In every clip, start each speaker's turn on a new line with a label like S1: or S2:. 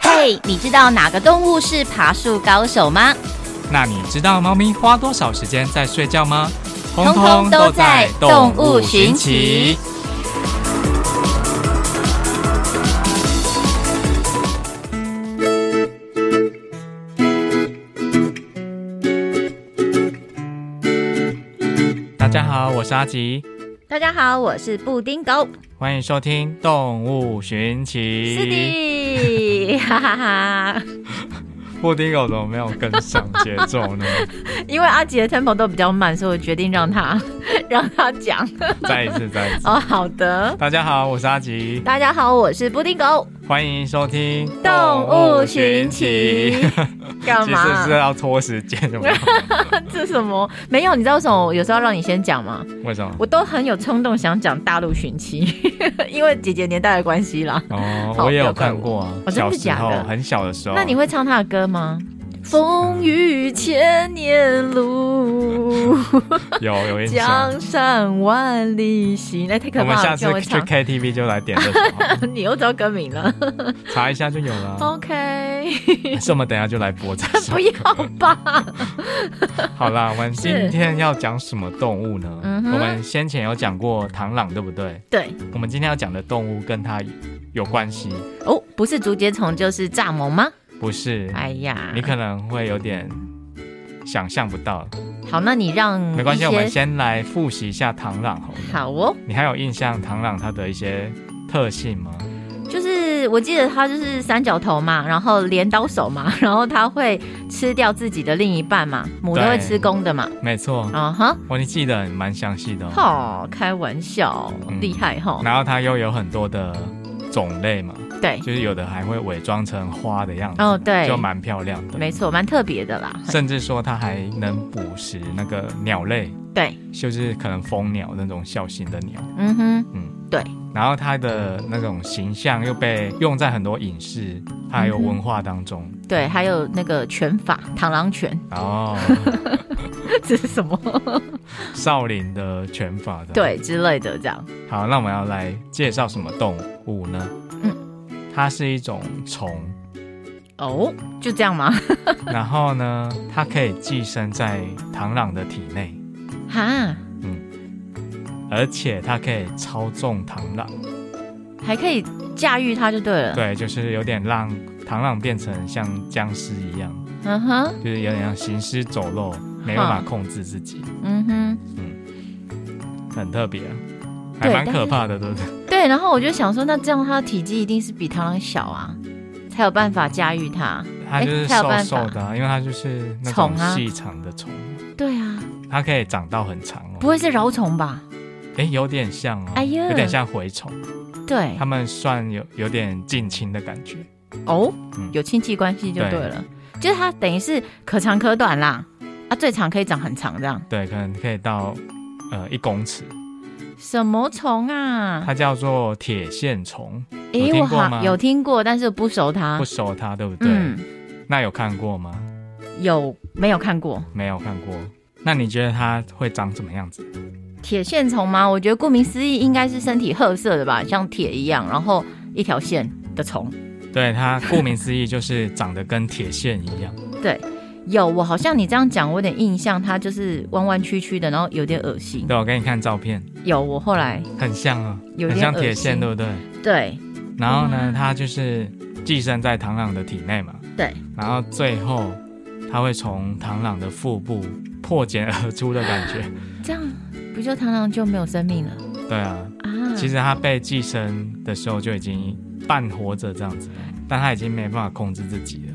S1: 嘿，你知道哪个动物是爬树高手吗？
S2: 那你知道猫咪花多少时间在睡觉吗？
S1: 通通都在动物寻奇。
S2: 大家好，我是阿吉，
S1: 大家好，我是布丁狗，
S2: 欢迎收听《动物寻奇》。
S1: 是的， 哈哈哈。
S2: 布丁狗怎么没有跟上节 奏呢？
S1: 因为阿吉的 tempo 都比较慢，所以我决定让他 让他讲。
S2: 再一次，再一次。
S1: 哦，好的。
S2: 大家好，我是阿吉，
S1: 大家好，我是布丁狗，
S2: 欢迎收听《。
S1: 动物寻奇》干
S2: 其实
S1: 嘛
S2: 是？啊要拖时间，有没有
S1: 这什么？没有，你知道为什么我有时候要让你先讲吗？
S2: 为什么？
S1: 我都很有冲动想讲《大陆寻奇》， 因为姐姐年代的关系啦。
S2: 哦，
S1: 好
S2: 我也
S1: 不
S2: 有
S1: 要怪
S2: 看过啊，
S1: 哦真
S2: 小
S1: 的
S2: 时
S1: 假
S2: 候
S1: 的
S2: 很小的时候。
S1: 那你会唱她的歌吗？风雨千年路，
S2: 有有印象？
S1: 江山万里行。哎那 take
S2: 我
S1: a
S2: 们下
S1: bow，
S2: 次
S1: 跟我
S2: 去嗯
S1: 唱。
S2: KTV 就来点 这首好了，
S1: 你又知道歌名了
S2: 查一下就有了。
S1: ？OK，
S2: 还是我们等一下就来播这首
S1: 不。要吧？
S2: 好啦，我们今
S1: 是
S2: 天要讲什么动物呢？
S1: 嗯哼
S2: 我们先前有讲过螳螂，对不对？
S1: 对，
S2: 我们今天要讲的动物跟它有关系，
S1: 哦，不是竹节虫就是蚱蜢吗？
S2: 不是？
S1: 哎呀
S2: 你，可能会有点想象不到，
S1: 好，那你让
S2: 嗯没关系，
S1: 一
S2: 我
S1: 些
S2: 们先来复习一下螳螂好了。
S1: 好哦。
S2: 你还有印象螳螂它的一些特性吗？
S1: 就是我记得它就是三角头嘛，然后镰刀手嘛， 然后它会吃掉自己的另一半嘛，母的
S2: 对
S1: 会吃公的嘛，
S2: 没错，
S1: 啊哈，
S2: 我你记得蛮详细的、哦。
S1: 好，开玩笑
S2: 嗯，
S1: 厉害哈，
S2: 然后它又有很多的种类嘛，
S1: 对，
S2: 就是有的还会伪装成花的样子，
S1: 哦对
S2: 就蛮漂亮的。
S1: 没错，蛮特别的啦，
S2: 甚至说它还能捕食那个鸟类，
S1: 对，
S2: 就是可能蜂鸟那种小型的鸟。
S1: 嗯哼，
S2: 嗯，
S1: 对。
S2: 然后它的那种形象又被用在很多影视还有
S1: 嗯哼
S2: 文化当中。
S1: 对，还有那个拳法，螳螂拳，
S2: 哦，
S1: 这是什么？
S2: 少林的拳法的。。
S1: 对，之类的这样，
S2: 好，那我们要来介绍什么动物呢？嗯，它是一种虫，
S1: 哦，就这样吗？
S2: 然后呢，它可以寄生在螳螂的体内，
S1: 哈，
S2: 而且它可以操纵螳螂。
S1: 嗯还可以驾驭它就对了，
S2: 对，就是有点让螳螂变成像僵尸一样，
S1: 嗯哼，
S2: 就是有点像行尸走肉，没办法控制自己，
S1: 嗯哼。
S2: 很特别啊、还
S1: 对
S2: 蛮
S1: 但
S2: 可
S1: 是
S2: 怕的，对不对？
S1: 对，然后我就想说，那这样它的体积一定是比螳螂小啊，才有办法驾驭它。
S2: 它就是
S1: 它有
S2: 瘦
S1: 办
S2: 瘦的啊、因为它就是那种
S1: 哎虫啊
S2: 细长的虫，
S1: 对啊，
S2: 它可以长到很长哦。
S1: 不会是蛲虫吧？
S2: 哎、有点像哦，
S1: 哎呀
S2: 有点像蛔虫，
S1: 对
S2: 它，们算有有点近亲的感觉，
S1: 哦
S2: 嗯，
S1: 有亲戚关系就
S2: 对
S1: 对了，就是它等于是可长可短啦，啊，最长可以长很长这样。
S2: 对，可能可以到呃一公尺，
S1: 什么虫啊？
S2: 它叫做铁线虫，有
S1: 诶，
S2: 听
S1: 我
S2: 过吗
S1: 好有听过，但是我不熟它
S2: 不。熟它，对不对？
S1: 啊嗯，
S2: 那有看过吗？
S1: 有没有看过
S2: 没有看过。那你觉得它会长什么样子？
S1: 铁线虫吗？我觉得顾名思义应该是身体褐色的吧，像铁一样，然后一条线的虫。
S2: 对，它顾名思义就是长得跟铁线一样。
S1: 有，我好像你这样讲，我有点印象，它就是弯弯曲曲的，然后有点恶心。
S2: 对，我给你看照片，
S1: 有，我后来
S2: 很像啊，
S1: 有
S2: 很
S1: 点
S2: 像
S1: 恶
S2: 铁线，
S1: 心
S2: 对不对？
S1: 对
S2: 然后呢，它就是寄生在螳螂的体内嘛，
S1: 对，
S2: 然后最后它会从螳螂的腹部破茧而出的感觉。
S1: 这样不就螳螂就没有生命了
S2: 对啊，
S1: 啊？
S2: 其实它被寄生的时候就已经半活着这样子了，但它已经没办法控制自己了。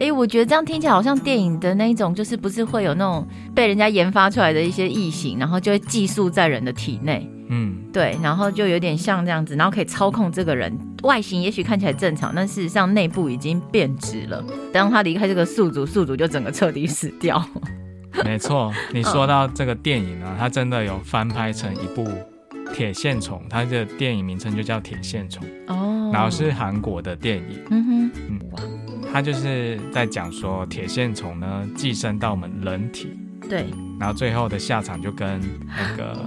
S1: 哎、我觉得这样听起来好像电影的那一种，就是不是会有那种被人家研发出来的一些异形，然后就会寄宿在人的体内，
S2: 嗯，
S1: 对，然后就有点像这样子，然后可以操控这个人。外形也许看起来正常，但事实上内部已经变质了。当他离开这个宿主，宿主就整个彻底死掉。
S2: 没错，你说到这个电影呢，它真的有翻拍成一部《铁线虫》，它的电影名称就叫《铁线虫》，
S1: 哦
S2: 然后是韩国的电影，
S1: 嗯哼。
S2: 它就是在讲说铁线虫呢寄生到我们人体，
S1: 对，
S2: 然后最后的下场就跟那个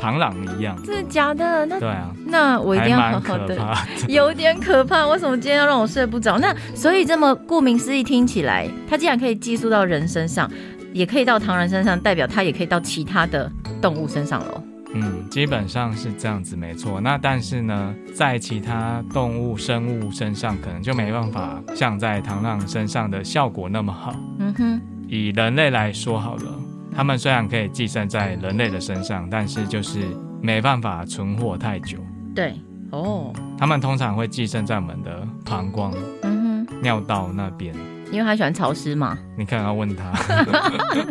S2: 螳螂一样。
S1: 真的假的？那
S2: 对啊，
S1: 那我一定要好
S2: 还蛮
S1: 好
S2: 可
S1: 的。
S2: 怕的。
S1: 有点可怕，为什么今天要让我睡不着？那所以这么顾名思义，听起来它既然可以寄宿到人身上，也可以到唐人身上，代表它也可以到其他的动物身上喽。
S2: 嗯，基本上是这样子，没错。那但是呢，在其他动物、生物身上，可能就没办法像在螳螂身上的效果那么好。
S1: 嗯哼，
S2: 以人类来说好了，它们虽然可以寄生在人类的身上，但是就是没办法存活太久。
S1: 对，哦，
S2: 它们通常会寄生在我们的膀胱、
S1: 嗯哼，
S2: 尿道那边。
S1: 因为它喜欢潮湿嘛。
S2: 你可能要问他，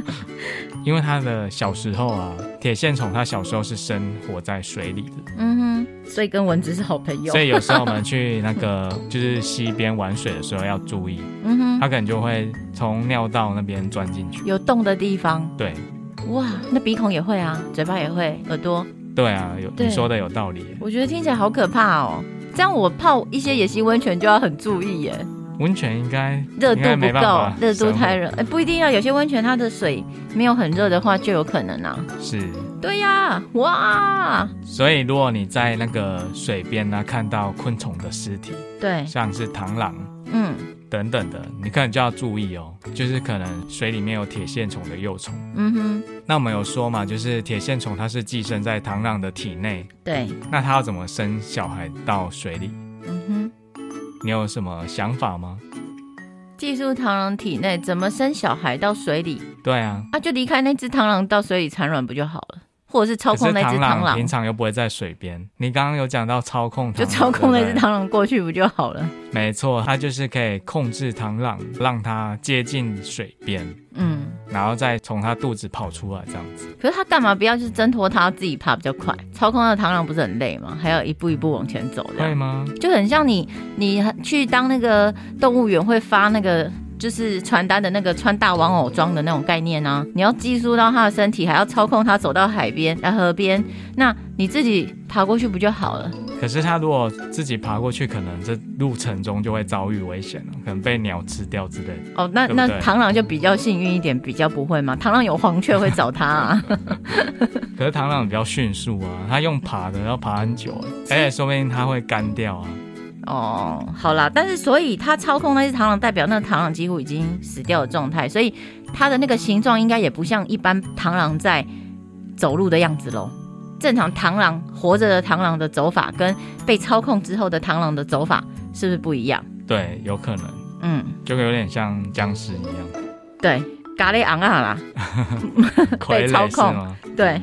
S2: 因为他的小时候啊，铁线虫它小时候是生活在水里的，
S1: 嗯哼，所以跟蚊子是好朋友
S2: 所。以有时候我们去那 个就是溪边玩水的时候要注意，
S1: 嗯
S2: 它
S1: 哼，
S2: 可能就会从尿道那边钻进去。
S1: 有洞的地方，
S2: 对
S1: 哇，那鼻孔也会啊，嘴巴也会，耳朵。
S2: 对啊，有
S1: 对
S2: 你说的有道理耶。
S1: 我觉得听起来好可怕哦。这样我泡一些野溪温泉就要很注意耶。
S2: 温泉应该
S1: 热
S2: 应
S1: 度
S2: 该
S1: 不
S2: 没办
S1: 够
S2: 法，
S1: 热度
S2: 生活
S1: 太热，哎、不一定啊，有些温泉它的水没有很热的话，就有可能啊。
S2: 是，
S1: 对呀、哇，
S2: 所以如果你在那个水边呢、看到昆虫的尸体，
S1: 对，
S2: 像是螳螂，
S1: 嗯
S2: 等等的，你可能就要注意哦，就是可能水里面有铁线虫的幼虫。
S1: 嗯哼，
S2: 那我们有说嘛，就是铁线虫它是寄生在螳螂的体内，
S1: 对，
S2: 那它要怎么生小孩到水里？
S1: 嗯
S2: 你有什么想法吗？
S1: 哼，寄宿螳螂体内怎么生小孩到水里
S2: 对啊，
S1: 啊？就离开那只螳螂到水里产卵不就好了？或者是操
S2: 可是
S1: 控那只螳螂
S2: 平，常又不会在水边。你刚刚有讲到操控 螳
S1: 就
S2: 螂，
S1: 操控那
S2: 对
S1: 只
S2: 不对
S1: 螳螂过去不就好了？
S2: 没错，它就是可以控制螳螂，让它接近水边，
S1: 嗯，
S2: 然后再从它肚子跑出来这样子。
S1: 可是它干嘛不要就是挣脱它自己爬比较快？操控那个螳螂不是很累吗？还要一步一步往前走的。
S2: 会吗？
S1: 就很像你你去当那个动物园会发那个。就是传单的那个穿大玩偶装的那种概念啊，你要寄宿到它的身体，还要操控它走到海边、啊河边，那你自己爬过去不就好了？
S2: 可是它如果自己爬过去，可能这路程中就会遭遇危险了，可能被鸟吃掉之类 的。
S1: 哦，那
S2: 对不
S1: 那
S2: 对
S1: 螳螂就比较幸运一点，比较不会嘛。螳螂有黄雀会找它啊，
S2: 可是螳螂比较迅速啊，它用爬的要爬很久欸，而且说不定它会干掉啊。
S1: 哦，好啦，但是所以它操控那只螳螂，代表那个螳螂几乎已经死掉的状态，所以它的那个形状应该也不像一般螳螂在走路的样子喽。正常螳螂活着的螳螂的走法跟被操控之后的螳螂的走法是不是不一样？
S2: 对，有可能
S1: 嗯，
S2: 就有点像僵尸 一样，
S1: 对，咖喱昂啊啦，
S2: 傀
S1: 操
S2: 儡哦是
S1: 控
S2: 吗？
S1: 对，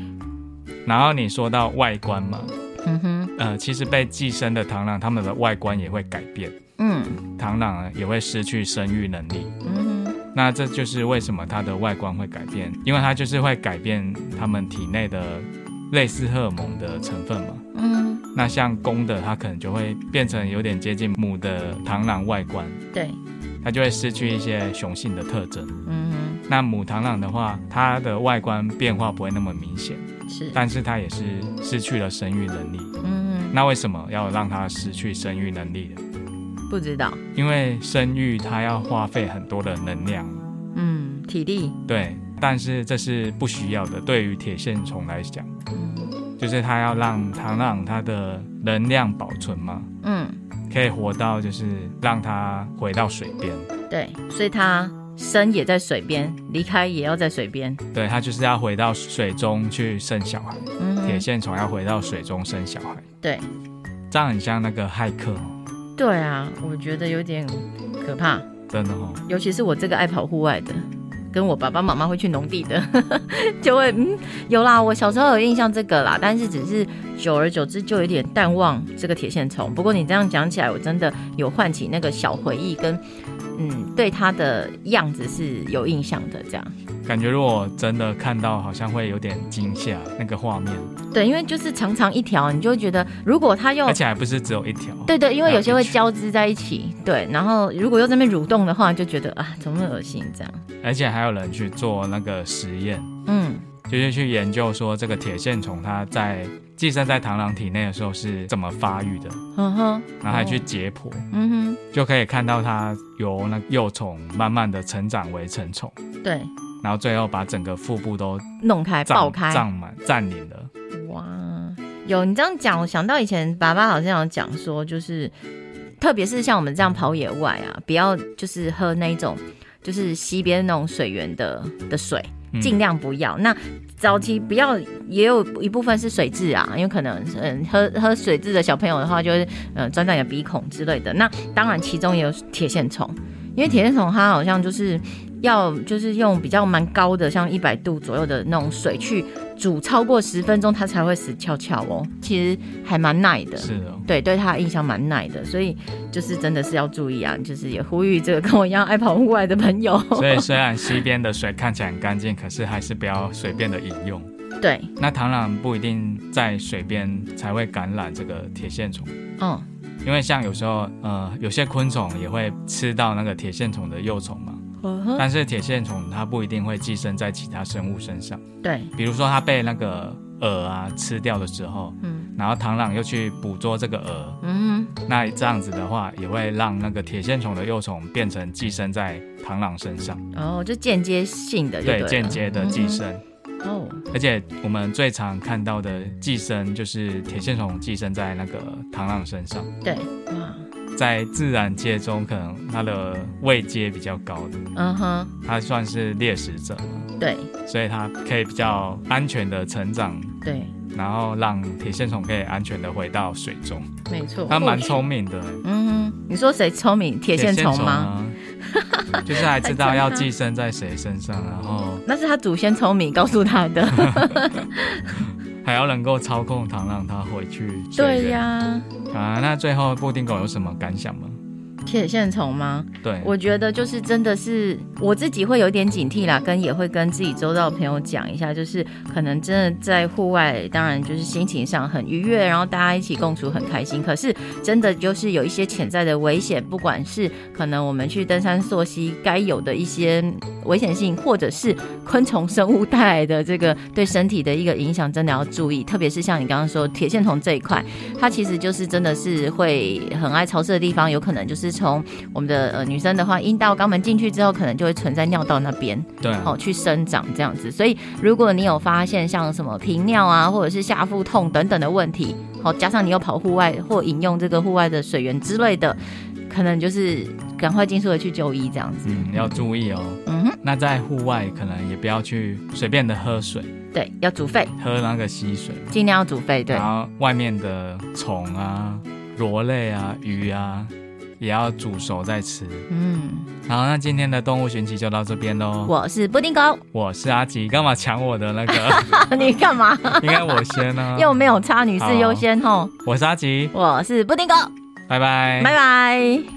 S2: 然后你说到外观嘛，
S1: 嗯哼，
S2: 呃，其实被寄生的螳螂，它们的外观也会改变，
S1: 嗯
S2: 螳螂也会失去生育能力。
S1: 嗯哼，
S2: 那这就是为什么它的外观会改变，因为它就是会改变它们体内的类似荷尔蒙的成分嘛。
S1: 嗯，
S2: 那像公的，它可能就会变成有点接近母的螳螂外观，
S1: 对，
S2: 它就会失去一些雄性的特征。
S1: 嗯
S2: 那母螳螂的话，它的外观变化不会那么明显，
S1: 哼，是，
S2: 但是它也是失去了生育能力。
S1: 嗯
S2: 那为什么要让它失去生育能力呢？
S1: 哼，不知道，
S2: 因为生育它要花费很多的能量，
S1: 嗯，体力，
S2: 对，但是这是不需要的。对于铁线虫来讲，
S1: 嗯
S2: 就是它要让螳螂它的能量保存嘛，
S1: 嗯，
S2: 可以活到就是让它回到水边，
S1: 对，所以它生也在水边，离开也要在水边，
S2: 对，它就是要回到水中去生小孩。
S1: 嗯哼
S2: 铁线虫要回到水中生小孩，
S1: 对
S2: 这样很像那个骇客哦，
S1: 对啊，我觉得有点可怕，
S2: 真的哦。
S1: 尤其是我这个爱跑户外的，跟我爸爸妈妈会去农地的， 就会嗯有啦。我小时候有印象这个啦，但是只是久而久之就有点淡忘这个铁线虫。不过你这样讲起来，我真的有唤起那个小回忆跟。嗯，对它的样子是有印象的，这样
S2: 感觉如果真的看到，好像会有点惊吓那个画面，
S1: 对，因为就是长长一条，你就会觉得如果它用
S2: 而且还不是只有一条。
S1: 对对，因为有些
S2: 还有
S1: 会
S2: 一群
S1: 交织在一起，对。然后如果又在那边蠕动的话，就觉得啊，怎么那么恶心这样？
S2: 而且还有人去做那个实验，
S1: 嗯
S2: 就是去研究说这个铁线虫它在寄生在螳螂体内的时候是怎么发育的，
S1: 哼嗯哼，
S2: 然后还去解剖，
S1: 嗯
S2: 就可以看到它由那幼虫慢慢的成长为成虫，
S1: 哼，对，
S2: 然后最后把整个腹部都
S1: 弄开爆
S2: 胀
S1: 开，
S2: 胀满占领了。
S1: 哇，有你这样讲，我想到以前爸爸好像有讲说，就是特别是像我们这样跑野外啊，不要就是喝那一种就是溪边那种水源的的水，
S2: 嗯
S1: 尽量不要。那早期不要，也有一部分是水质啊，因为可能嗯喝喝水质的小朋友的话，就是嗯钻到你的鼻孔之类的。那当然其中也有铁线虫，因为铁线虫它好像就是要就是用比较蛮高的，像一百度左右的那种水去煮超过十分钟，它才会死翘翘哦。其实还蛮耐的。
S2: 是哦，
S1: 对，对他的印象蛮耐的，所以就是真的是要注意啊，就是也呼吁这个跟我一样爱跑户外的朋友，
S2: 所以虽然溪边的水看起来很干净，可是还是不要随便的饮用。
S1: 对，
S2: 那螳螂不一定在水边才会感染这个铁线虫，
S1: 嗯，
S2: 因为像有时候呃有些昆虫也会吃到那个铁线虫的幼虫嘛，
S1: 嗯
S2: 但是铁线虫它不一定会寄生在其他生物身上，
S1: 对，
S2: 比如说它被那个蛾啊吃掉的时候，
S1: 嗯
S2: 然后螳螂又去捕捉这个蛾，
S1: 嗯
S2: 那这样子的话也会让那个铁线虫的幼虫变成寄生在螳螂身上，
S1: 哼，哦，就间接性的就对
S2: 对，
S1: 了，
S2: 间接的寄生。
S1: 哦，
S2: 而且我们最常看到的寄生就是铁线虫寄生在那个螳螂身上，
S1: 对，哇，
S2: 在自然界中可能它的位阶比较高的，
S1: 嗯哼，
S2: 它算是猎食者嘛，
S1: 对
S2: 所以它可以比较安全的成长，
S1: 对，
S2: 然后让铁线虫可以安全的回到水中。
S1: 没错，
S2: 它蛮聪明的，
S1: 嗯哼，你说谁聪明？铁线虫吗？
S2: 啊？ 就是还知道要寄生在谁身上，然后
S1: 那是他祖先聪明告诉他 的，
S2: 还要能够操控螳螂，它回去水源。
S1: 对呀、
S2: 啊，那最后布丁狗有什么感想吗？
S1: 铁线虫吗？
S2: 对，
S1: 我觉得就是真的是我自己会有点警惕啦，跟也会跟自己周遭的朋友讲一下，就是可能真的在户外，当然就是心情上很愉悦，然后大家一起共处很开心。可是真的就是有一些潜在的危险，不管是可能我们去登山溯溪该有的一些危险性，或者是昆虫生物带来的这个对身体的一个影响，真的要注意。特别是像你刚刚说铁线虫这一块，它其实就是真的是会很爱潮湿的地方，有可能就是从我们的呃女生的话，阴道、肛门进去之后，可能就会存在尿道那边，
S2: 对啊，
S1: 哦，去生长这样子。所以，如果你有发现像什么频尿啊，或者是下腹痛等等的问题，好、加上你又跑户外或饮用这个户外的水源之类的，可能就是赶快尽速的去就医这样子。
S2: 嗯，要注意哦。
S1: 嗯哼，
S2: 那在户外可能也不要去随便的喝水，
S1: 对，要煮沸，
S2: 喝那个溪水，
S1: 尽量要煮沸，对
S2: 然，后外面的虫啊、螺类啊、鱼啊，也要煮熟再吃。
S1: 嗯，
S2: 好，那今天的动物寻奇就到这边喽。
S1: 我是布丁狗，啊
S2: 我是阿吉，干嘛抢我的 那个？
S1: 你干嘛？
S2: 应该我先呢、
S1: 又没有差女士优先吼，哦
S2: 我是阿吉，
S1: 我是布丁狗，
S2: 哎拜拜，
S1: 拜拜。